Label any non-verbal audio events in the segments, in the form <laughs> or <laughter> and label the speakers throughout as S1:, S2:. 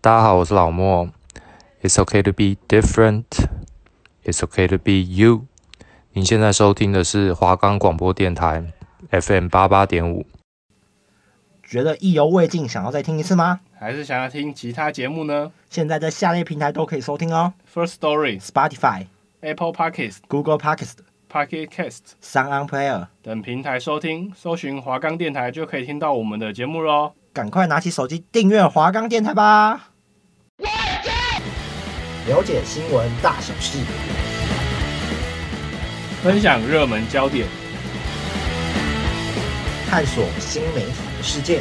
S1: 大家好，我是老莫。It's okay to be different. It's okay to be you. 您现在收听的是华冈广播电台 FM 八八点五。
S2: 觉得意犹未尽，想要再听一次吗？
S3: 还是想要听其他节目呢
S2: 现在在下列平台都可以收听哦
S3: ？First Story、
S2: ：Spotify、
S3: Apple Podcasts、
S2: Google Podcast、
S3: Pocket Cast
S2: Sound On Player。
S3: 等平台收听，搜寻华冈电台就可以听到我们的节目喽。
S2: 赶快拿起手机订阅华冈电台吧！了解新闻大小事，
S3: 分享热门焦点，
S2: 探索新媒体的世界。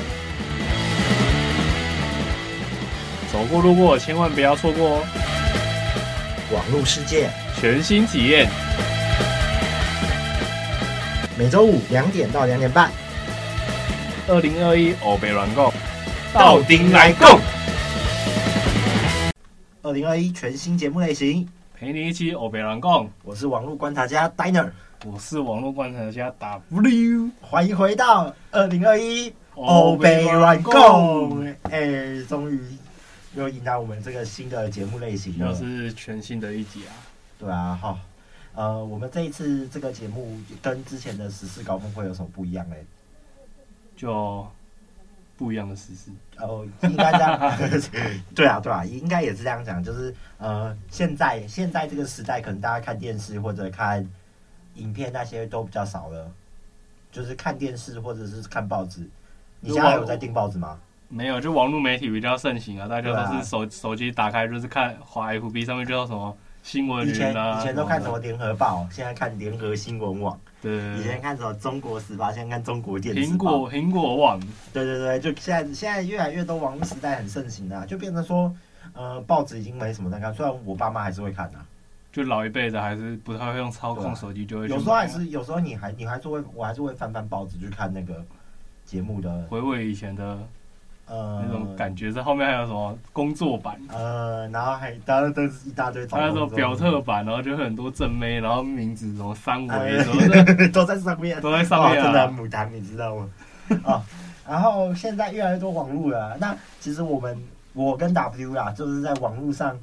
S3: 走过路过千万不要错过哦！
S2: 网络世界，
S3: 全新体验，
S2: 每周五两点到两点半，
S3: 二零二一欧北软购，到顶来购，
S2: 二零二一全新节目类型。
S3: 陪你一起欧北软购。
S2: 我是网络观察家 Diner，
S3: 我是网络观察家 W，
S2: 欢迎回到二零二一
S3: 欧
S2: 欧
S3: 北
S2: 北
S3: 软
S2: 软
S3: 购
S2: 购。哎、终于又引到我们这个新的节目类型了。
S3: 又是全新的一集啊！
S2: 对啊，哈，呃，我们这一次这个节目跟之前的十四高峰会有什么不一样嘞？
S3: 就不一样的实事，
S2: 哦，应该这
S3: <laughs>
S2: 样，对啊，对啊，应该也是这样讲，就是呃，现在现在这个时代，可能大家看电视或者看影片那些都比较少了，就是看电视或者是看报纸。你现在有在订报纸吗？
S3: 没有，就网络媒体比较盛行啊，大家
S2: 对
S3: 都
S2: 啊
S3: 是手、手机打开就是看滑 FB 上面就有什么新闻
S2: 以前
S3: 云啊，
S2: 以前都看什么
S3: 的？
S2: 联合报，现在看联合新闻网；
S3: 对对，
S2: 以
S3: 对
S2: 前看什么中国时报，现在看中国电视
S3: 苹
S2: 报。
S3: 果苹果网，
S2: 对对对，就现在现在越来越多网络时代很盛行啊，就变成说，呃，报纸已经没什么在看，虽然我爸妈还是会看啊，
S3: 就老一辈的还是不太会用操
S2: 对
S3: 控
S2: 啊
S3: 手机，就会去
S2: 有时候还
S3: 买
S2: 是有时候你还你还是会我还是会翻翻报纸去看那个节目的
S3: 回味以前的
S2: 呃
S3: 那种感觉，在后面还有什么工作版，
S2: 呃，然后还当然都是一大堆找
S3: 还有
S2: 工作
S3: 什么
S2: 的，
S3: 表特版，然后就会很多正妹，然后名字什么三维
S2: 哎
S3: 什么
S2: <laughs>
S3: 的，
S2: 都在上面，
S3: 都在上面
S2: 哦
S3: 啊
S2: 真的很牡丹，你知道吗？哦， <laughs> 然后现在越来越多网络了啊，那其实我们我跟 W 啦，就是在网络上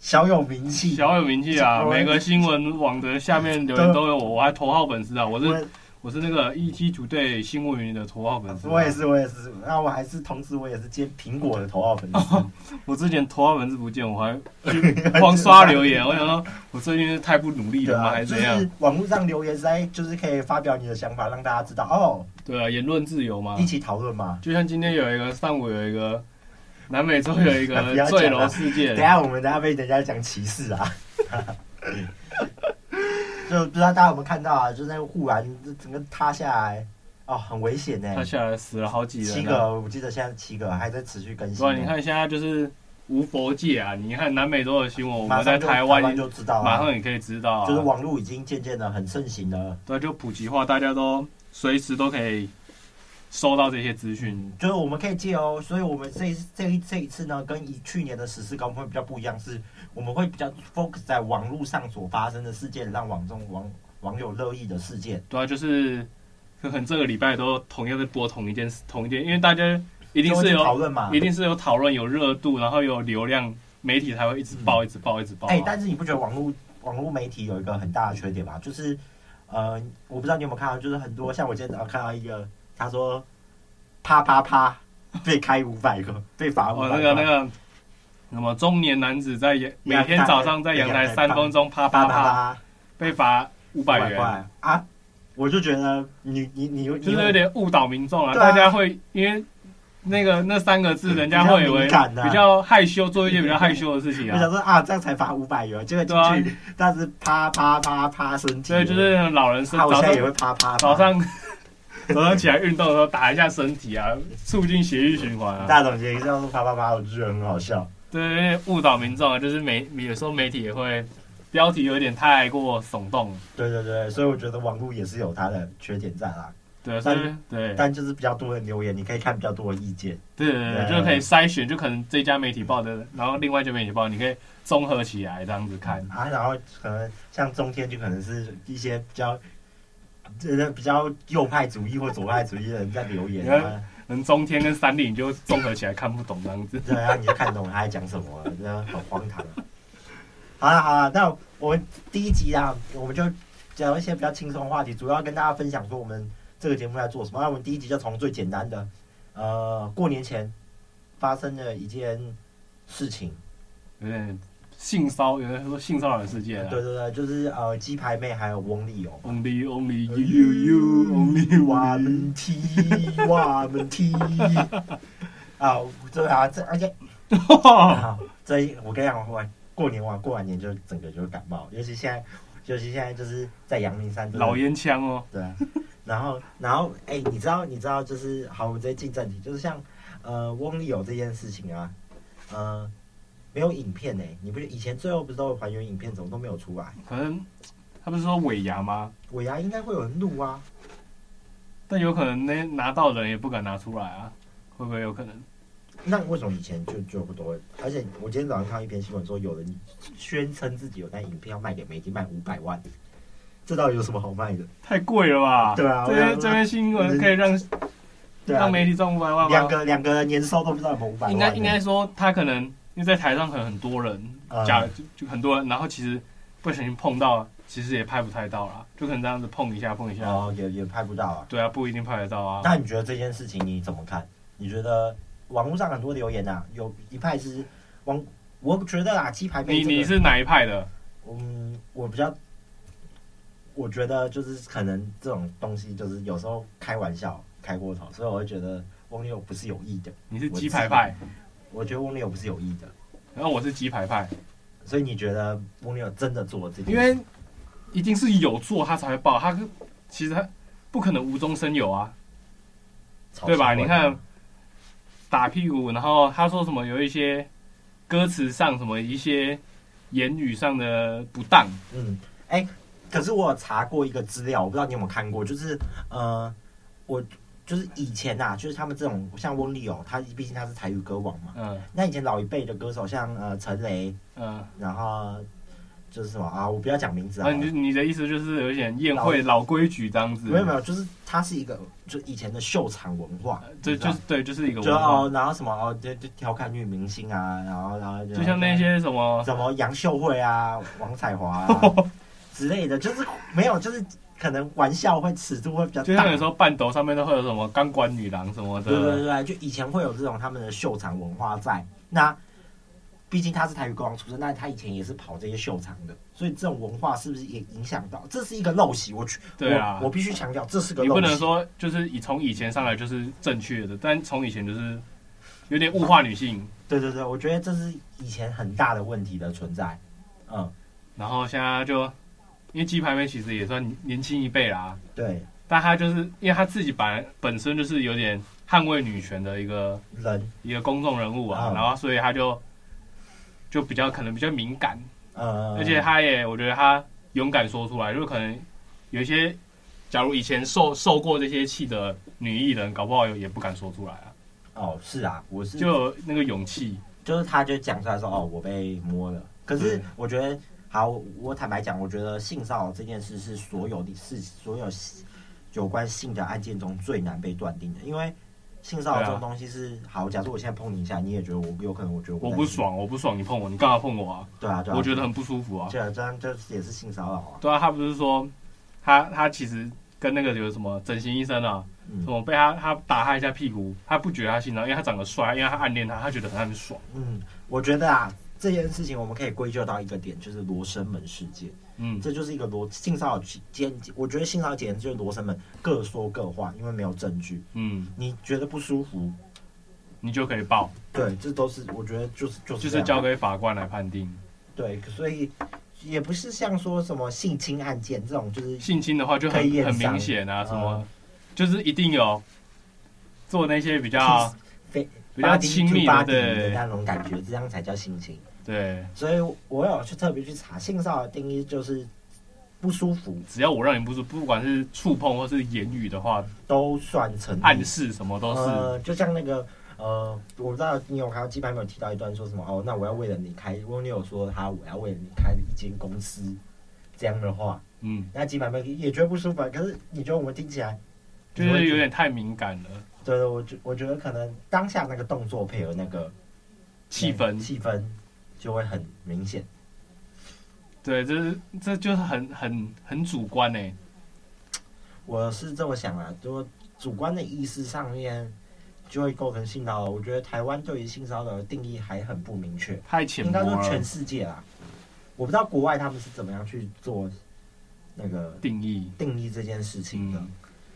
S2: 小有名气，
S3: 小有名气啊！
S2: <laughs> 小有
S3: 每个
S2: 名
S3: 新闻网的下面留言都有我，我还头号粉丝啊！我
S2: 我
S3: 是我是那个 ET Today 新闻云的头号粉丝啊，
S2: 我也是，我也是。那我还是同时，我也是接苹果的头号粉丝。
S3: 我之前投完文字不见，我还哦 <laughs> 光刷留言，我想说我最近是太不努力
S2: 哎 <laughs> 对
S3: 了吗？
S2: 啊，
S3: 还
S2: 就是
S3: 怎样
S2: 是？网络上留言，实在就是可以发表你的想法，让大家知道哦，
S3: 对啊，言论自由嘛
S2: 一。起讨论嘛。
S3: 就像今天有一个上午有一个南美洲有
S2: <laughs>
S3: 一
S2: 不
S3: 个
S2: 要讲了
S3: 坠楼事件
S2: 等一，下我们等一下被人家讲歧视啊。 <laughs> 就不知道大家有没有看到啊？就在忽然整个塌下来，哦，很危险呢、
S3: 他下来死了好几
S2: 七
S3: 人啊。
S2: 个，我记得现在七个还在持续更
S3: 对
S2: 新
S3: 啊，
S2: 呢。
S3: 你看现在就是无国界啊！你看南美洲的新闻，我
S2: 马
S3: 们
S2: 上
S3: 在
S2: 就
S3: 台
S2: 湾
S3: 湾
S2: 就知道
S3: 马
S2: 了、
S3: 上也可以知道
S2: 就是
S3: 啊。
S2: 网络已经渐渐的很盛行了。
S3: 对，啊就普及化，大家都随时都可以收到这些资讯。
S2: 就是我们可以借哦，所以我们这一次这一这一次呢，跟一去年的十四高峰会比较不一样，是我们会比较 focus 在网络上所发生的事件，让网众网网友热议的事件。
S3: 对啊，就是可能这个礼拜都同样在播同一件事同一件，因为大家一定
S2: 就会
S3: 是
S2: 去讨
S3: 有
S2: 论嘛
S3: 一。定是有讨论、有热度，然后有流量，媒体才会一直报、一直报、一直报啊。
S2: 哎、但是你不觉得网络网络媒体有一个很大的缺点吗？就是呃，我不知道你有没有看到，就是很多像我今天早上看到一个，他说啪啪啪被开五百个，被罚五
S3: 哦，
S2: 百
S3: 那
S2: 个。
S3: 个那个什么中年男子在阳每天早上在阳台
S2: 阳台
S3: 三分钟啪
S2: 啪
S3: 啪
S2: 啪
S3: 啪，
S2: 啪
S3: 被罚五
S2: 五
S3: 百元，
S2: 块啊！我就觉得你你你你
S3: 就是有点误导民众啊，
S2: 对啊嗯
S3: 大家会因为。那个那三个字，人家会以为
S2: 比较敏感啊
S3: 比较害羞，做一些比较害羞的事情
S2: 我
S3: 啊
S2: 想。说啊，这样才罚五百元，结果进去，但是啪啪啪啪升级，
S3: 所以啊就是那种老人生
S2: 他我
S3: 早
S2: 现
S3: 上
S2: 在也会啪啪啪
S3: 早，上早上起来运动的时候打一下身体啊，促进血液循环啊。
S2: 大总结这样说啪啪啪，我就觉得很好笑。
S3: 对，因为误导民众啊，就是媒有时候媒体也会标题有点太过耸动，
S2: 对对对，所以我觉得网络也是有它的缺点在啦，
S3: 对，所
S2: 但
S3: 以对
S2: 但就是比较多的留言，你可以看比较多的意见。
S3: 对对对，
S2: 对
S3: 就是可以筛选，就可能这家媒体报的，然后另外一家媒体报，你可以综合起来这样子看。
S2: 啊，然后可能像中间就可能是一些比较。呃比较右派主义或左派主义的人在留言啊，
S3: 能中天跟三立你就综合起来看不懂这样子。
S2: 对啊，你就看懂他在讲什么了，真的很荒唐、啊。 <laughs> 好了好了，那我们第一集啊，我们就讲一些比较轻松的话题，主要跟大家分享说我们这个节目在做什么。那我们第一集就从最简单的，呃，过年前发生的一件事情，
S3: 有点性骚，有人说性骚扰的事件啊。
S2: 对对对，就是呃，鸡排妹还有翁立友。
S3: Only only you you you only
S2: 我
S3: one。
S2: 们踢，我们踢。 <laughs> 啊，对啊，这而且啊，这一我跟你讲，我过年完过完年就整个就感冒，尤其现在，尤其现在就是在阳明山真的
S3: 老烟枪哦，
S2: 对啊，然后然后哎、你知道你知道就是好，我们直接进正题，就是像呃翁立友这件事情啊，呃没有影片呢、你不是以前最后不是都有还原影片，怎么都没有出来？
S3: 可能他不是说尾牙吗？
S2: 尾牙应该会有人录啊，
S3: 但有可能那拿到的人也不敢拿出来啊，会不会有可能？
S2: 那为什么以前就就不多会？而且我今天早上看到一篇新闻说，有人宣称自己有那影片要卖给媒体，卖五百万，这到底有什么好卖的？
S3: 太贵了吧？
S2: 对啊
S3: 这
S2: 我想
S3: 篇
S2: 说
S3: 这篇新闻可以让
S2: 对啊
S3: 让，媒体赚五百万吗？
S2: 两个两个年收都不知道有没有五百万呢，
S3: 应该应该说他可能因为在台上可能很多人，
S2: 呃
S3: 假就就很多人，然后其实不小心碰到，其实也拍不太到啦，就可能这样子碰一下碰一下，
S2: 哦也也拍不到啊。
S3: 对啊，不一定拍得到啊。
S2: 那你觉得这件事情你怎么看？你觉得网络上很多留言啊，有一派是网，我觉得啊，鸡排妹、
S3: 你
S2: 这个、
S3: 你是哪一派的？
S2: 嗯，我比较，我觉得就是可能这种东西就是有时候开玩笑开过头，所以我会觉得翁六不是有意的，
S3: 你是鸡排派，
S2: 我觉得翁六不是有意的，
S3: 然后我是鸡排派，
S2: 所以你觉得翁六真的做了这件
S3: 因
S2: 事？
S3: 为一定是有做他才会爆，他其实他不可能无中生有啊。
S2: 草
S3: 对吧？
S2: 草
S3: 你
S2: 会
S3: 看打屁股，然后他说什么有一些歌词上什么一些言语上的不当，
S2: 嗯，哎、可是我有查过一个资料，我不知道你有没有看过，就是呃，我就是以前啊，就是他们这种像翁立友，他毕竟他是台语歌王嘛。
S3: 嗯
S2: 那以前老一辈的歌手，像呃陈雷，
S3: 嗯，
S2: 然后就是什么啊，我不要讲名字啊
S3: 那，你就呃你的意思就是有一点宴会老规矩这样子，
S2: 没有没有，就是他是一个就以前的秀场文化
S3: 呃，
S2: 你
S3: 这
S2: 知道
S3: 就是对，就是一个
S2: 就
S3: 文化
S2: 哦，，然后什么哦，就就调侃女明星啊，然后然后
S3: 就像那些什么，
S2: 什么杨秀慧啊、王彩华
S3: <laughs>
S2: 啊之类的，就是没有，就是可能玩笑会尺度会比较
S3: 就
S2: 大。
S3: 像有时候半斗上面都会有什么钢管女郎什么
S2: 对对对
S3: 的，
S2: 对，就以前会有这种他们的秀场文化在。那毕竟他是台语歌王出身，那他以前也是跑这些秀场的，所以这种文化是不是也影响到？这是一个陋习，我去，
S3: 对啊
S2: 我，我必须强调，这是个陋
S3: 你
S2: 习。
S3: 不能说就是以从以前上来就是正确的，但从以前就是有点物化女性，
S2: 对对对，我觉得这是以前很大的问题的存在。嗯，
S3: 然后现在就因为鸡排妹其实也算年轻一辈啦，
S2: 对，
S3: 但她就是因为她自己本本身就是有点捍卫女权的一个
S2: 人，
S3: 一个公众人物啊，
S2: 嗯
S3: 然后所以她就就比较可能比较敏感，
S2: 呃，
S3: 而且她也我觉得她勇敢说出来，就是可能有一些假如以前受受过这些气的女艺人，搞不好也也不敢说出来啊，
S2: 哦，是啊，我是
S3: 就有那个勇气，
S2: 就是他就讲出来说哦，我被摸了。可是
S3: 嗯
S2: 我觉得，好，我坦白讲，我觉得性骚扰这件事是所有的事，所有有关性的案件中最难被断定的，因为性骚扰这种
S3: 啊
S2: 东西是、好。假设我现在碰你一下，你也觉得我有可能，我觉得
S3: 我
S2: 在
S3: 不，爽，我不爽，你碰我，你干嘛碰我啊？
S2: 对啊，对啊，
S3: 我觉得很不舒服啊。
S2: 这这样这也是性骚扰啊，
S3: 对啊，他不是说他他其实跟那个有什么整形医生啊，
S2: 嗯
S3: 什么被他他打他一下屁股，他不觉得他欣赏，因为他长得帅，因为他暗恋他，他觉得很爽。
S2: 嗯，我觉得啊，这件事情我们可以归咎到一个点，就是罗生门事件。
S3: 嗯，
S2: 这就是一个罗性骚扰简，我觉得性骚扰简直就是罗生门各说各话，因为没有证据，
S3: 嗯，
S2: 你觉得不舒服，
S3: 你就可以报，
S2: 对，这都是我觉得就是就是
S3: 就
S2: 这
S3: 是
S2: 样
S3: 交给法官来判定。
S2: 对，所以也不是像说什么性侵案件这种，就是
S3: 性侵的话就很
S2: 可以验
S3: 很
S2: 伤
S3: 明显啊，
S2: 嗯
S3: 什么就是一定有做那些比较
S2: 非
S3: 比较亲密
S2: 巴
S3: 的，
S2: 迪的
S3: 对
S2: 那种感觉，这样才叫性侵。
S3: 对，
S2: 所以我有去特别去查性骚扰的定义，就是不舒服
S3: 只要我让你不舒服，不管是触碰或是言语的话，
S2: 都算成立
S3: 暗示什么都是。
S2: 呃，就像那个呃，我不知道你有看到鸡排没有提到一段说什么哦，那我要为了你开，蜗牛有说他我要为了你开一间公司这样的话，
S3: 嗯，
S2: 那鸡排妹也觉得不舒服啊。可是你觉得我们听起来，
S3: 就
S2: 你会
S3: 是
S2: 觉
S3: 有
S2: 得
S3: 点太敏感了。
S2: 对对，我觉我觉得可能当下那个动作配合那个
S3: 气氛，
S2: 气氛就会很明显。
S3: 对，这是这就是很很很主观欸呢、
S2: 我是这么想啊，就主观的意识上面就会构成性骚扰。我觉得台湾对于性骚扰的定义还很不明确，
S3: 太浅
S2: 应
S3: 薄
S2: 该说
S3: 了
S2: 全。世界啦。我不知道国外他们是怎么样去做那个
S3: 定义，
S2: 定义这件事情的，
S3: 嗯，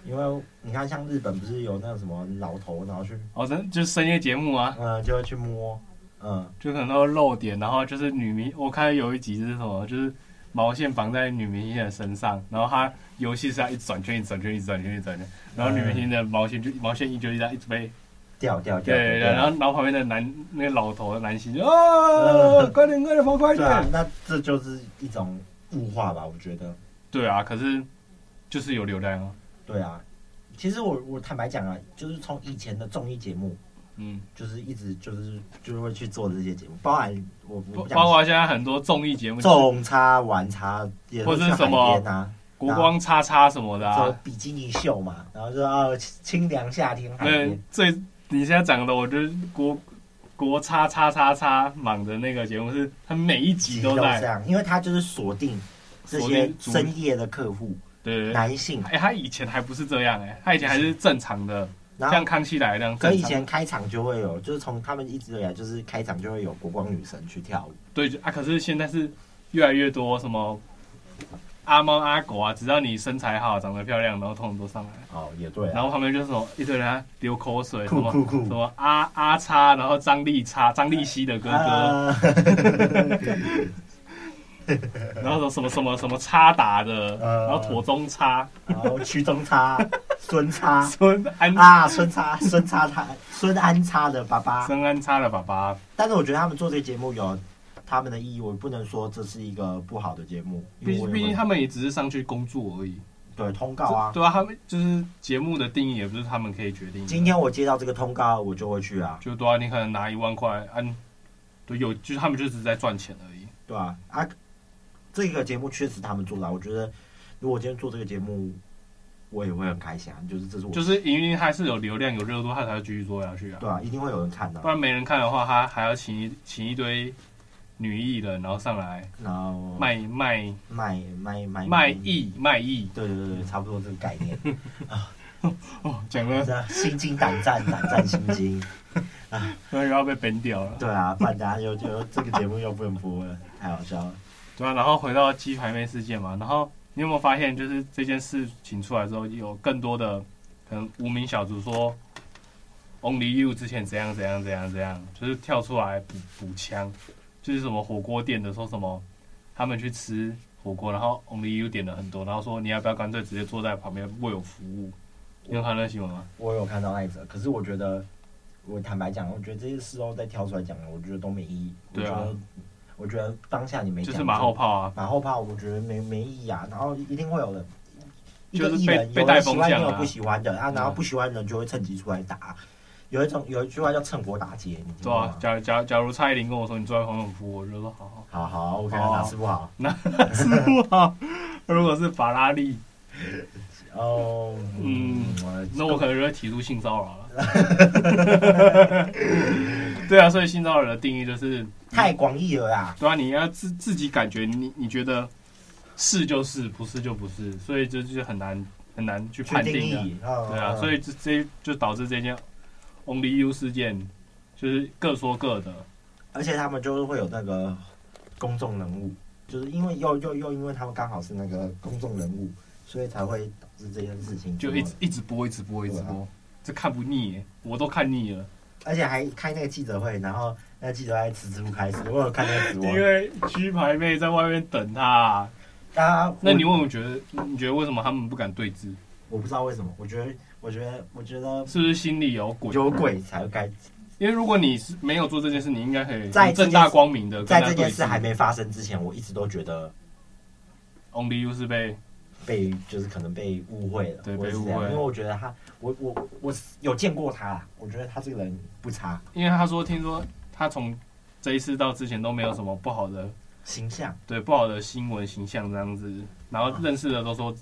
S2: 因为你看像日本不是有那个什么老头，然后去
S3: 哦，真就是深夜节目啊，
S2: 呃就会去摸，嗯，
S3: 就可能都会露点，然后就是女明，我看有一集是什么，就是毛线绑在女明星的身上，然后她游戏是要一直转圈，一直转圈，一直转圈，一直转圈，然后女明星的毛线就毛线衣就一直在一直被，
S2: 掉掉掉，
S3: 对对对，
S2: 掉
S3: 然后然后旁边的男那个老头的男星就啊，
S2: 嗯
S3: 快点快点跑快
S2: 对啊
S3: 点，，
S2: 那这就是一种物化吧，我觉得。
S3: 对啊，可是就是有流量啊，
S2: 对啊，其实我我坦白讲啊，就是从以前的综艺节目，
S3: 嗯，
S2: 就是一直就是就是会去做这些节目，包含我
S3: 包
S2: 不讲
S3: 包括现在很多综艺节目，
S2: 种差玩差，也
S3: 或
S2: 会
S3: 者
S2: 去
S3: 是什
S2: 海
S3: 么
S2: 边啊，
S3: 国光叉叉什么的
S2: 什么
S3: 啊，
S2: 比基尼秀嘛，然后就要清凉夏天海
S3: 那
S2: 边，
S3: 最你现在讲的，我就是国国叉叉叉叉忙的那个节目是，他每一集
S2: 都
S3: 都
S2: 这
S3: 在，
S2: 样，因为他就是锁定这
S3: 锁
S2: 些
S3: 定族
S2: 深夜的客户，
S3: 对对对。
S2: 男性，
S3: 哎、他以前还不是这样哎、他以前还是正常的，
S2: 然
S3: 像
S2: 后。
S3: 康熙来那样
S2: 可
S3: 正
S2: 以
S3: 常。
S2: 前开场就会有，就是从他们一直以来就是开场就会有国光女神去跳舞，
S3: 对就啊，可是现在是越来越多什么阿猫阿狗啊，只要你身材好、长得漂亮，然后通通都上来。
S2: 哦，也对
S3: 然
S2: 啊，
S3: 后旁边就是什么一堆人在流口水，什
S2: 酷
S3: 么
S2: 酷酷
S3: 什么阿阿叉，然后张力叉、张力熙的哥哥，
S2: 啊
S3: <laughs> 然后什么什么什么叉达的，
S2: 呃
S3: 然后妥中叉，
S2: 然后屈中
S3: <laughs>
S2: 叉、孙叉
S3: 孙安
S2: 啊，孙叉、孙叉他、孙安叉的爸爸。
S3: 孙安叉的爸爸，
S2: 但是我觉得他们做这个节目有他们的意义，我不能说这是一个不好的节目，因
S3: 毕
S2: 为
S3: 竟
S2: 我
S3: 毕
S2: 认
S3: 竟
S2: 为
S3: 他们也只是上去工作而已。
S2: 对通告啊。
S3: 对啊，他们就是节目的定义也不是他们可以决定的。
S2: 今天我接到这个通告，我就会去啊，
S3: 就对啊，你可能拿一万块，按、对有就是他们就只是在赚钱而已。
S2: 对啊啊，这个节目确实他们做的啊，我觉得如果今天做这个节目，我也会很开心啊，就是这是我
S3: 就是因为还是有流量有热度，他才会继续做下去啊。
S2: 对啊，一定会有人看的、
S3: 不然没人看的话，他还要请一请一堆女艺人，然后上来
S2: 然后
S3: 卖卖
S2: 卖卖卖
S3: 卖，艺卖艺。
S2: 对对对对，差不多这个概念。
S3: 哦，讲了
S2: 这心惊胆
S3: <laughs>
S2: 战，胆战心惊。
S3: 那又要被崩掉了。
S2: 对啊，不然大家又就这个节目又不能播了，太好笑了。
S3: 对啊，然后回到鸡排妹事件嘛，然后你有没有发现，就是这件事情出来之后，有更多的可能无名小卒说 “Only You” 之前怎样怎样怎样怎样，就是跳出来补补枪，就是什么火锅店的说什么他们去吃火锅，然后 “Only You” 点了很多，然后说你要不要干脆直接坐在旁边为我服务？你有看那新闻吗？
S2: 我有看到那一则，可是我觉得，我坦白讲，我觉得这些事后再挑出来讲，我觉得都没意义。
S3: 对啊
S2: 我觉得，我觉得当下你没
S3: 就
S2: 讲
S3: 是马后，炮啊，
S2: 马后炮，我觉得没没意义啊。然后一定会有人。一
S3: 就是
S2: 个
S3: 被
S2: 艺人
S3: 被
S2: 有
S3: 带
S2: 人喜
S3: 风
S2: 欢，
S3: 向
S2: 也有
S3: 啊
S2: 不喜欢的啊，然后
S3: 嗯
S2: 不喜欢的人就会趁机出来打。有一种有一句话叫趁火打劫，你听
S3: 对
S2: 过
S3: 啊
S2: 吗。？
S3: 假假假如蔡依林跟我说你坐在旁边为我服务，我就说好好。
S2: 好好，OK，
S3: 哦
S2: 哪次不好？ <laughs>
S3: 是吗？如果是法拉利，
S2: 哦，
S3: 嗯那我可能就会提出性骚扰了。 <laughs> 对啊，所以性骚扰的定义就是，
S2: 太广义了啦。
S3: 对啊，你要自自己感觉你你觉得是就是，不是就不是，所以这就是很难很难去
S2: 去
S3: 判
S2: 定
S3: 定的。
S2: 义，嗯
S3: 对啊，所以这这就导致这件 Only You 事件，就是各说各的。
S2: 而且他们就是会有那个公众人物，就是因为又又又因为他们刚好是那个公众人物，所以才会导致这件事情
S3: 就一直一直播，一直播，一直
S2: 嗯对
S3: 播，这看不腻耶，我都看腻了。
S2: 而且还开那个记者会，然后那记者还迟迟不开始，我有看那个直播
S3: 因，为居牌妹在外面等他啊、
S2: 大家
S3: 那你
S2: 我
S3: 问我觉得，你觉得为什么他们不敢对峙？
S2: 我不知道为什么，我觉得我觉得我觉得
S3: 是不是心里有鬼？
S2: 有鬼才会该
S3: 因为如果你是没有做这件事，你应该可以
S2: 在
S3: 很
S2: 这件
S3: 正大光明的
S2: 在这件事还没发生之前，我一直都觉得
S3: Only You 是被
S2: 被就是可能被误会了，
S3: 对
S2: 我是这
S3: 被误
S2: 样
S3: 会
S2: 因为我觉得他我我我有见过他啦，我觉得他这个人不差，
S3: 因为他说听说他从这一次到之前都没有什么不好的
S2: 形象。
S3: 对不好的新闻形象这样子，然后认识的都说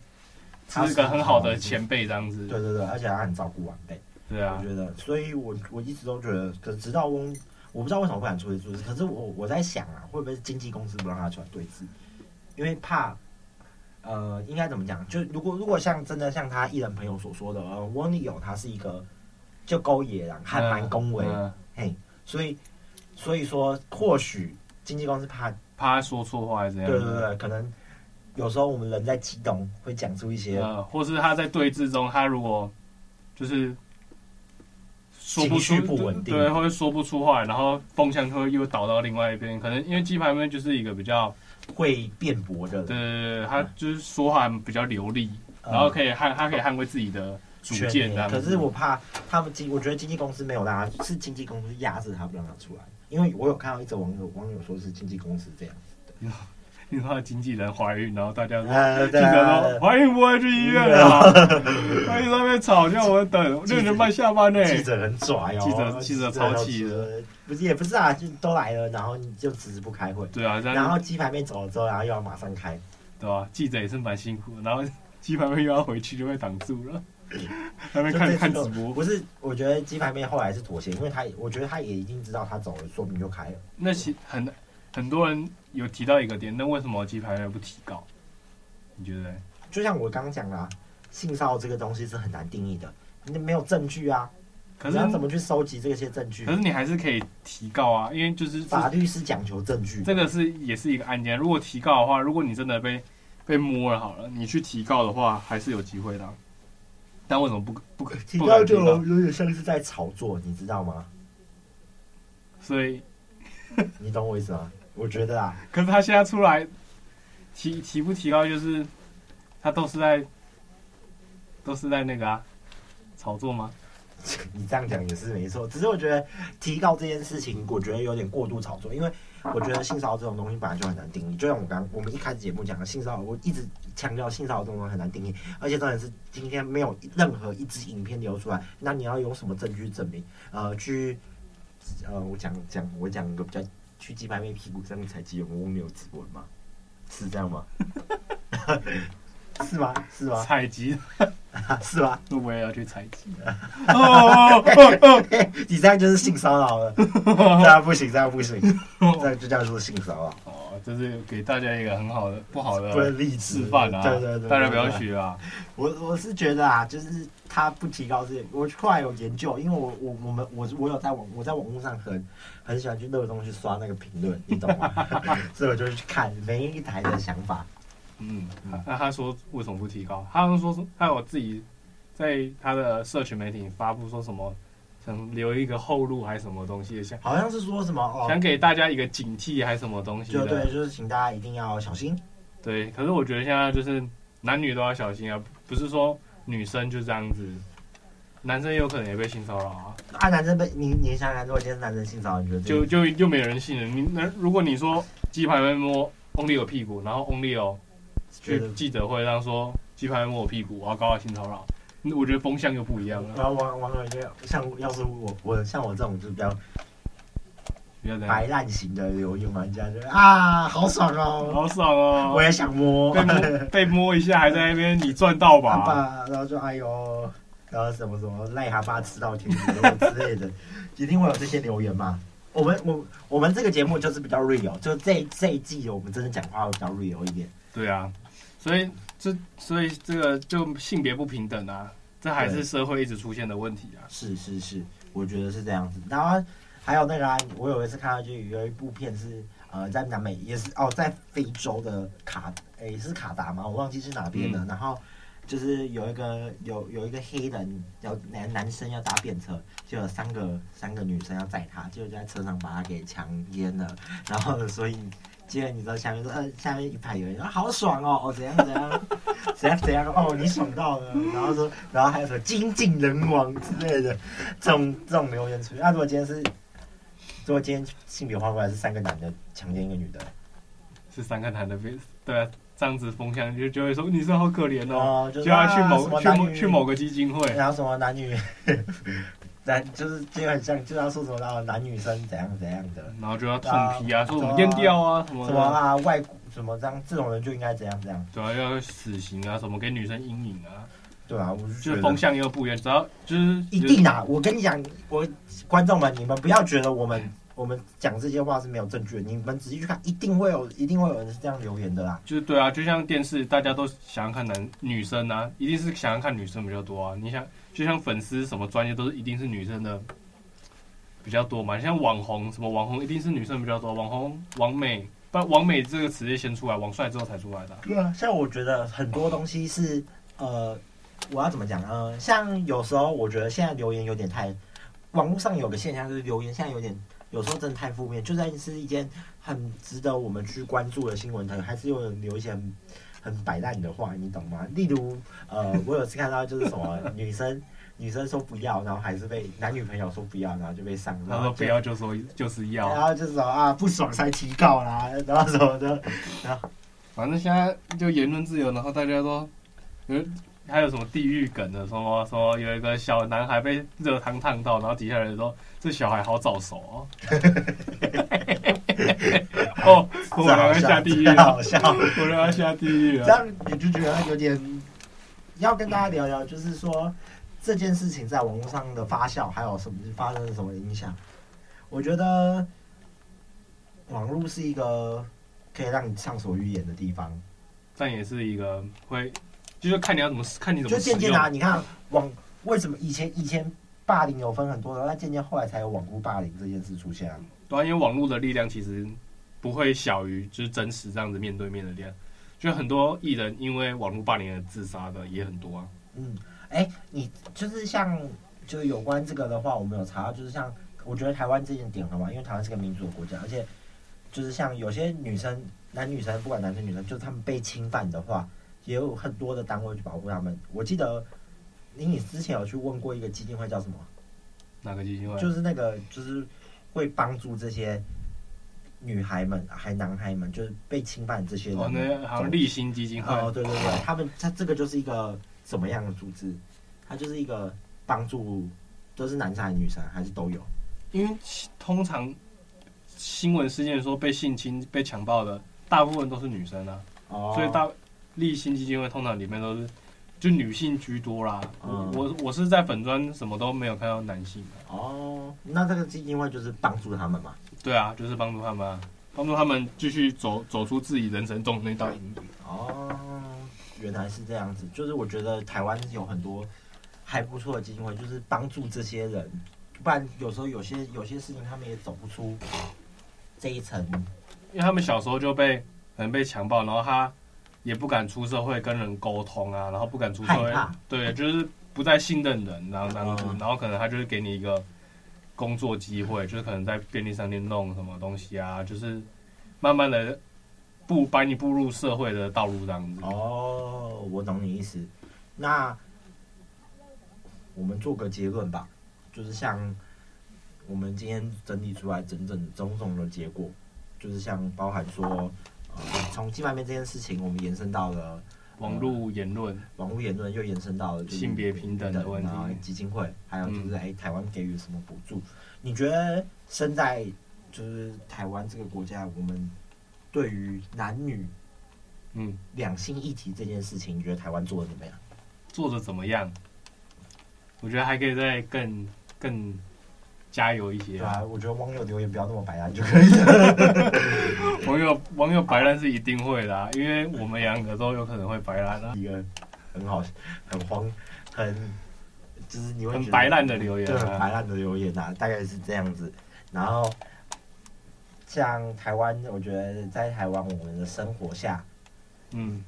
S2: 他
S3: 是
S2: 是
S3: 个很
S2: 很
S3: 好的
S2: 好的
S3: 前辈这样子，
S2: 对对对，而且他很照顾晚辈。
S3: 对啊
S2: 我，觉得，所以我我一直都觉得，可是直到翁，我不知道为什么不敢出这注资，可是我我在想啊，会不会是经纪公司不让他出来对峙，因为怕，呃，应该怎么讲？就如果如果像真的像他艺人朋友所说的，呃，翁立友他是一个就勾野狼，还蛮恭维，
S3: 嗯
S2: 嘿，所以所以说或许经纪公司怕，
S3: 怕他说错话还是怎样？
S2: 对对对，可能有时候我们人在激动会讲出一些，
S3: 呃，或是他在对峙中，他如果就是说不
S2: 情绪
S3: 出
S2: 不稳定
S3: 对，会说不出话，然后风向就会又倒到另外一边。可能因为鸡排妹就是一个比较，
S2: 会辩驳的人，
S3: 对对对，他就是说话比较流利，
S2: 呃
S3: 然后可以捍，他可以捍卫自己的主
S2: 全
S3: 见这
S2: 年
S3: 样子。
S2: 可是我怕他们经，我觉得经纪公司没有让他，是经纪公司压制他不让他出来，因为我有看到一则网友网友说是经纪公司这样。
S3: 你说他经纪人怀孕，然后大家说。
S2: 呃，
S3: 记
S2: 对啊
S3: 者说：“怀孕不会去医院啊！”他一直在那边吵，叫我等
S2: 记者
S3: 六点半下班呢。
S2: 记者很拽哦，
S3: 记者记者超气的，
S2: 不是也不是啊，就都来了，然后你就迟迟不开会，
S3: 对啊，这
S2: 然
S3: 样
S2: 后鸡排妹走了之后，然后又要马上开，
S3: 对吧、记者也是蛮辛苦的，然后鸡排妹又要回去，就被挡住了，在那边
S2: 就
S3: 看
S2: 这
S3: 看
S2: 次
S3: 直
S2: 都
S3: 播。
S2: 不是，我觉得鸡排妹后来是妥协，因为她也我觉得她也已经知道她走了，说明就开了。
S3: 那其很很多人有提到一个点，那为什么鸡排妹不提高？你觉得呢？
S2: 就像我刚刚讲的、啊，性骚扰这个东西是很难定义的，你没有证据啊，
S3: 可
S2: 你
S3: 是
S2: 要怎么去收集这些证据
S3: 可？是你还是可以提告啊，因为就是
S2: 法律是讲求证据，
S3: 这个是也是一个案件。如果提告的话，如果你真的被被摸了好了，你去提告的话，还是有机会的啊。但为什么不不可
S2: 提
S3: 不敢
S2: 到
S3: 提
S2: 就
S3: 告？
S2: 有点像是在炒作，你知道吗？
S3: 所以，
S2: 你懂我意思吗？我觉得啊，
S3: 可是他现在出来提提不提高，就是他都是在都是在那个啊炒作吗？
S2: 你这样讲也是没错，只是我觉得提高这件事情，我觉得有点过度炒作，因为我觉得性骚扰这种东西本来就很难定义，就像我刚我们一开始节目讲的，性骚扰我一直强调性骚扰这种东西很难定义，而且重点是今天没有任何一支影片流出来，那你要用什么证据证明？呃，去呃，我讲讲我讲一个比较去鸡排妹屁股上面踩鸡，有我没有指纹吗？是这样吗？是吗？是吗？
S3: 采集，
S2: 是吗？
S3: 我也要去采集。
S2: <laughs>
S3: 哦哦哦
S2: 你这样就是性骚扰
S3: <laughs>
S2: 了，这样不行，这样不行，这样就叫做性骚扰，
S3: 哦，这是给大家一个很好的不好
S2: 不
S3: 的
S2: 能立
S3: 啊示
S2: 志
S3: 范啊！
S2: 对对对，
S3: 大家不要
S2: 对。对
S3: 学啊！
S2: 我我是觉得啊，就是他不提高这些，我后来有研究，因为我我我们我我有在网我在网络上很很喜欢去热衷去刷那个评论，你懂
S3: <laughs>
S2: 吗？ <laughs> 所以我就去看每一台的想法，
S3: 嗯，那他说为什么不提高？他好像说是他有自己在他的社群媒体发布说什么，想留一个后路还是什么东西，想
S2: 好像是说什么
S3: <laughs>
S2: 哦
S3: 想，给大家一个警惕还是什么东西
S2: 就
S3: 的。
S2: 对，就是请大家一定要小心，
S3: 对，可是我觉得现在就是男女都要小心啊，不是说女生就这样子，男生也有可能也被性骚扰啊，
S2: 啊，男生被你你想想看，如果今天是男生性骚扰，你觉得这
S3: 就就又没人信了。你那如果你说鸡排妹摸 only 有屁股，然后 only 有
S2: 觉
S3: 去
S2: 得
S3: 记者会上说鸡排妹摸我屁股，我要告他性骚扰，我觉得风向又不一样了。
S2: 然后网网友就像要是我我像我这种就比较
S3: 不要这样
S2: 白，烂型的游泳玩家就啊，好爽哦！
S3: 好爽哦！
S2: 我也想摸，
S3: 被
S2: 爸
S3: 摸被摸一下，还在那边你赚
S2: <laughs>
S3: 到吧？
S2: 爸，然后就哎呦，然后什么什么癞蛤蟆吃到天竺之类的， <laughs> 一定会有这些留言嘛。我们我我们这个节目就是比较 real，就这这一季我们真的讲话会比较 real 一点。
S3: 对啊，所以这所以这个就性别不平等啊，这还是
S2: 对
S3: 社会一直出现的问题啊。
S2: 是是是，我觉得是这样子。然后还有那个、啊，我有一次看到就有一部片是呃在南美也是哦在非洲的卡诶、是卡达吗？我忘记是哪边的。然后就是有一个有有一个黑人有男男生要搭便车，就有三个三个女生要载他，结果就在车上把他给强奸了。然后呢，所以。接着你知道下面说，呃，下面一排有人说好爽哦，哦怎样怎样， <laughs> 怎样怎样哦，你爽到了，然后说，然后还有什么精尽人亡之类的，这种这种留言出去。那、如果今天是，如果今天性别换过来是三个男的强奸一个女的，
S3: 是三个男的被对啊，这样子风向就就会说女生好可怜哦，
S2: 哦，就
S3: 就是要去
S2: 啊
S3: 某
S2: 什么
S3: 去
S2: 男
S3: 某
S2: 女啊
S3: 去某个基金会，
S2: 然后什么男女，男 <laughs> 就是就很像，就要说什么然后男女生怎样怎样的，
S3: 然后就要痛批啊，说我们阉掉啊什么
S2: 什么
S3: 的，
S2: 啊外国什么这样，这种人就应该怎样怎样。
S3: 主要要死刑啊，什么给女生阴影啊，
S2: 对啊，我就
S3: 就
S2: 觉
S3: 是
S2: 得
S3: 风向又不一样，只要就是
S2: 一定啊！我跟你讲，我观众们，你们不要觉得我们我们讲这些话是没有证据的，你们仔细去看，一定会有一定会有人是这样留言的啦。
S3: 就是对啊，就像电视，大家都想要看男女生啊，一定是想要看女生比较多啊。你想，就像粉丝什么专业都是一定是女生的比较多嘛。像网红什么网红一定是女生比较多，网红网美，不然网美这个词是先出来，网帅之后才出来的啊、
S2: 对啊，像我觉得很多东西是呃，我要怎么讲？呃，像有时候我觉得现在留言有点太，网络上有个现象就是留言现在有点，有时候真的太负面。就算是一件很值得我们去关注的新闻，可能还是有人留一些很很摆烂的话，你懂吗？例如
S3: <laughs>
S2: 呃，我有次看到就是什么女生。女生说不要，然后还是被男女朋友说不要，然后就被上，
S3: 他
S2: 然后
S3: 说
S2: 就
S3: 不要就说就是
S2: 然
S3: 要，
S2: 后就是说啊不爽才提告啦，然后什么的，
S3: 反正现在就言论自由，然后大家都，有还有什么地狱梗的，什么什么有一个小男孩被热汤烫到，然后底下人说这小孩好早熟
S2: <laughs>
S3: 哦。哦，我
S2: 这好
S3: 要
S2: 笑
S3: 下地狱
S2: 这
S3: 了！
S2: 好笑。
S3: 我要下地狱
S2: 这
S3: 了！
S2: 样你就觉得有点要跟大家聊聊，就是说这件事情在网络上的发酵，还有什么发生了什么影响？我觉得网络是一个可以让你畅所欲言的地方，
S3: 但也是一个会，就是看你要怎么看你怎
S2: 就
S3: 么使
S2: 渐
S3: 用
S2: 渐。啊，你看网为什么以前以前霸凌有分很多的，那渐渐后来才有网络霸凌这件事出现啊。
S3: 对啊、因为网络的力量其实不会小于就是真实这样子面对面的力量。就很多艺人因为网络霸凌而自杀的也很多啊。
S2: 嗯，哎、你就是像就是有关这个的话，我们有查到，就是像我觉得台湾这件点很好，因为台湾是个民主的国家，而且就是像有些女生，男女生不管男生女生，就是他们被侵犯的话，也有很多的单位去保护他们。我记得你你之前有去问过一个基金会叫什么，
S3: 哪个基金会？
S2: 就是那个就是会帮助这些。女孩们还男孩们就是被侵犯这些人，
S3: 哦，那好像立新基金会。
S2: 哦，对对
S3: 嗯
S2: 对，他们他这个就是一个什么样的组织？它就是一个帮助，都是男生还是女生啊还是都有？
S3: 因为通常新闻事件说被性侵、被强暴的，大部分都是女生啊，
S2: 哦
S3: 所以大立新基金会通常里面都是就女性居多啦。
S2: 嗯
S3: 我我是在粉砖什么都没有看到男性的，
S2: 哦，那这个基金会就是帮助他们嘛？
S3: 对啊，就是帮助他们、啊，帮助他们继续走走出自己人生中的那道阴影。
S2: 哦，原来是这样子，就是我觉得台湾有很多还不错的基金会，就是帮助这些人，不然有时候有些有些事情他们也走不出这一层。
S3: 因为他们小时候就被可能被强暴，然后他也不敢出社会跟人沟通啊，然后不敢出社会
S2: 害怕，
S3: 对，就是不再信任人，然后这样子
S2: 嗯，
S3: 然后可能他就是给你一个工作机会，就是可能在便利商店弄什么东西啊，就是慢慢的步把你步入社会的道路这样子。
S2: 哦，我懂你意思。那我们做个结论吧，就是像我们今天整理出来整整种种的结果，就是像包含说，呃，从金牌面这件事情，我们延伸到了
S3: 网络言论，
S2: 网络言论，又延伸到了就是
S3: 性别平等的问题
S2: 然后基金会，还有就是
S3: 嗯
S2: 哎、台湾给予什么补助？你觉得身在就是台湾这个国家，我们对于男女
S3: 嗯，
S2: 两性议题这件事情，你觉得台湾做的怎么样？
S3: 做的怎么样？我觉得还可以再更更加油一些
S2: 对
S3: 啊
S2: 啊，我觉得网友留言不要那么白烂就可以 <laughs> 了。
S3: 网友网友白烂是一定会的、啊，因为我们两个都有可能会白烂啊，
S2: 一个很好、很荒、很就是你会觉得
S3: 很白烂的留言
S2: 对，很白
S3: 啊。
S2: 烂的留言啊，大概是这样子。然后像台湾，我觉得在台湾我们的生活下
S3: 嗯，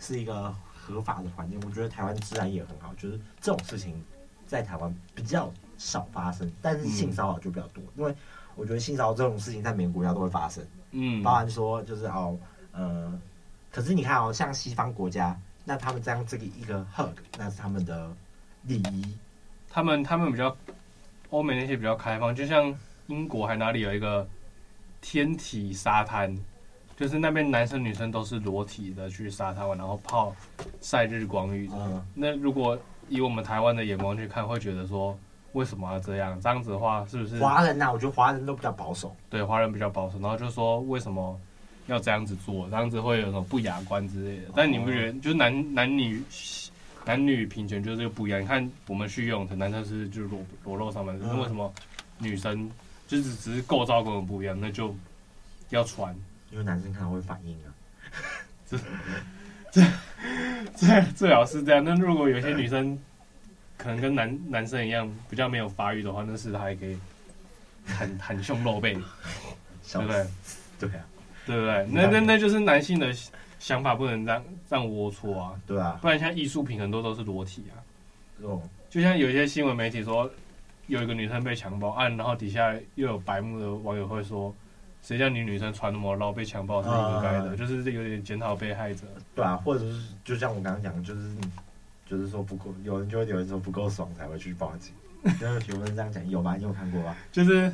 S2: 是一个合法的环境，我觉得台湾治安也很好，就是这种事情在台湾比较少发生，但是性骚扰就比较多，因为我觉得性骚扰这种事情在每个国家都会发生。
S3: 嗯
S2: 包含说就是哦，呃，可是你看哦，像西方国家，那他们这样这个一个 hug，那是他们的礼仪，
S3: 他们他们比较欧美那些比较开放，就像英国还哪里有一个天体沙滩，就是那边男生女生都是裸体的去沙滩玩，然后泡晒日光浴。
S2: 嗯，
S3: 那如果以我们台湾的眼光去看，会觉得说为什么要这样？这样子的话，是不是
S2: 华人呐、我觉得华人都比较保守，
S3: 对华人比较保守，然后就说为什么要这样子做，这样子会有什么不雅观之类的。但你不觉得，就是男男女男女平权就是不一样。你看我们去游泳池，男生是就是裸裸露上半身，
S2: 嗯
S3: 为什么女生就是只是构造跟我们不一样，那就要穿？
S2: 因为男生看到会反应啊。
S3: 最最好是这样。那如果有些女生可能跟男男生一样比较没有发育的话，那是她也可以袒袒胸露背，
S2: 笑
S3: 对不
S2: 死
S3: 对？
S2: 对啊，
S3: 对不对？那那那就是男性的想法不能让让龌龊啊，
S2: 对啊，
S3: 不然像艺术品很多都是裸体啊。
S2: 哦，
S3: 就像有一些新闻媒体说，有一个女生被强暴案、然后底下又有白目的网友会说，谁叫你女生穿那么露被强暴是应该的，
S2: 嗯
S3: 就是有点检讨被害者。
S2: 对啊，或者是就像我刚刚讲的，就是你就是说不够，有人就会有人说不够爽才会去报 <laughs> 警。那有没有人这样讲？有吗？你有看过吗？
S3: 就是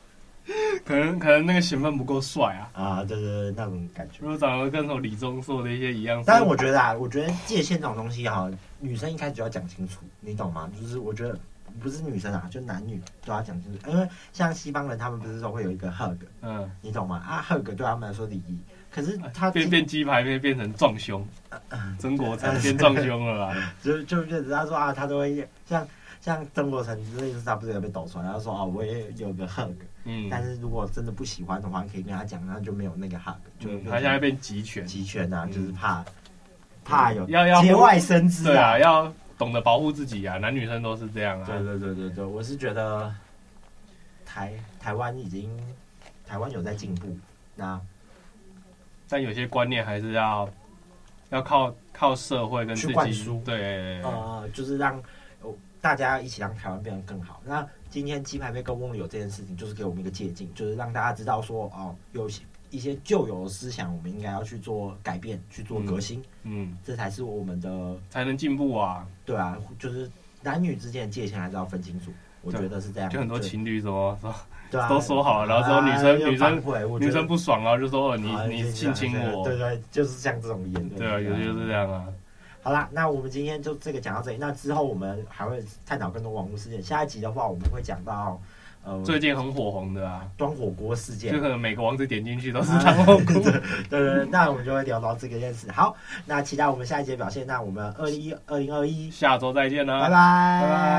S3: <laughs> 可能可能那个嫌犯不够帅啊。
S2: 啊，对对对，那种感觉
S3: 如。果长得跟什么李钟硕的一些一样，
S2: 但是我觉得啊，我觉得界限这种东西哈，女生一开始就要讲清楚，你懂吗？就是我觉得不是女生啊，就男女都要讲清楚，因为像西方人他们不是说会有一个 hug，
S3: 嗯，
S2: 你懂吗？啊，hug 对他们来说礼仪，可是他呃
S3: 变变鸡排变变成撞胸，曾国成变撞胸了啦。
S2: 就就就他说啊，他都会像像曾国成之类，他不是有被抖出来，他说啊，我也有个 hug，
S3: 嗯，
S2: 但是如果真的不喜欢的话，可以跟他讲，那就没有那个 hug，就
S3: 嗯他现在变集权，
S2: 集权啊，
S3: 嗯
S2: 就是怕怕有
S3: 要要
S2: 节外生枝
S3: 对啊，要懂得保护自己啊，男女生都是这样啊。
S2: 对对对对对，我是觉得台台湾已经台湾有在进步，那
S3: 但有些观念还是要要靠靠社会跟自
S2: 去灌
S3: 己
S2: 输
S3: 对，
S2: 呃，就是让呃大家一起让台湾变得更好。那今天鸡排妹跟翁柳这件事情，就是给我们一个借鉴，就是让大家知道说哦，有些一些旧有的思想，我们应该要去做改变，去做革新，
S3: 嗯，
S2: 这才是我们的
S3: 才能进步啊。
S2: 对啊，就是男女之间的界限还是要分清楚。我
S3: 对啊
S2: 觉得是这样，
S3: 就很多
S2: 对
S3: 情侣什么说
S2: 对啊
S3: 都说好了然后之后女生
S2: 啊
S3: 女生
S2: 反悔我觉
S3: 女
S2: 得
S3: 生不爽啊，就说哦你
S2: 啊
S3: 你性侵我，
S2: 对对，就是像这种言论。
S3: 对啊，有些就是这样啊。
S2: 好啦，那我们今天就这个讲到这里。那之后我们还会探讨更多网络事件。下一集的话，我们会讲到呃
S3: 最近很火红的啊，
S2: 端火锅事
S3: 就
S2: 件
S3: 可。能每个网址点进去都是
S2: 啊 <laughs>
S3: 唐后菇。
S2: 对对对，那我们就会聊到这个件事。好，那期待我们下一节表现。那我们二一二零二一，
S3: 下周再见啦，啊
S2: 拜拜。
S3: 拜拜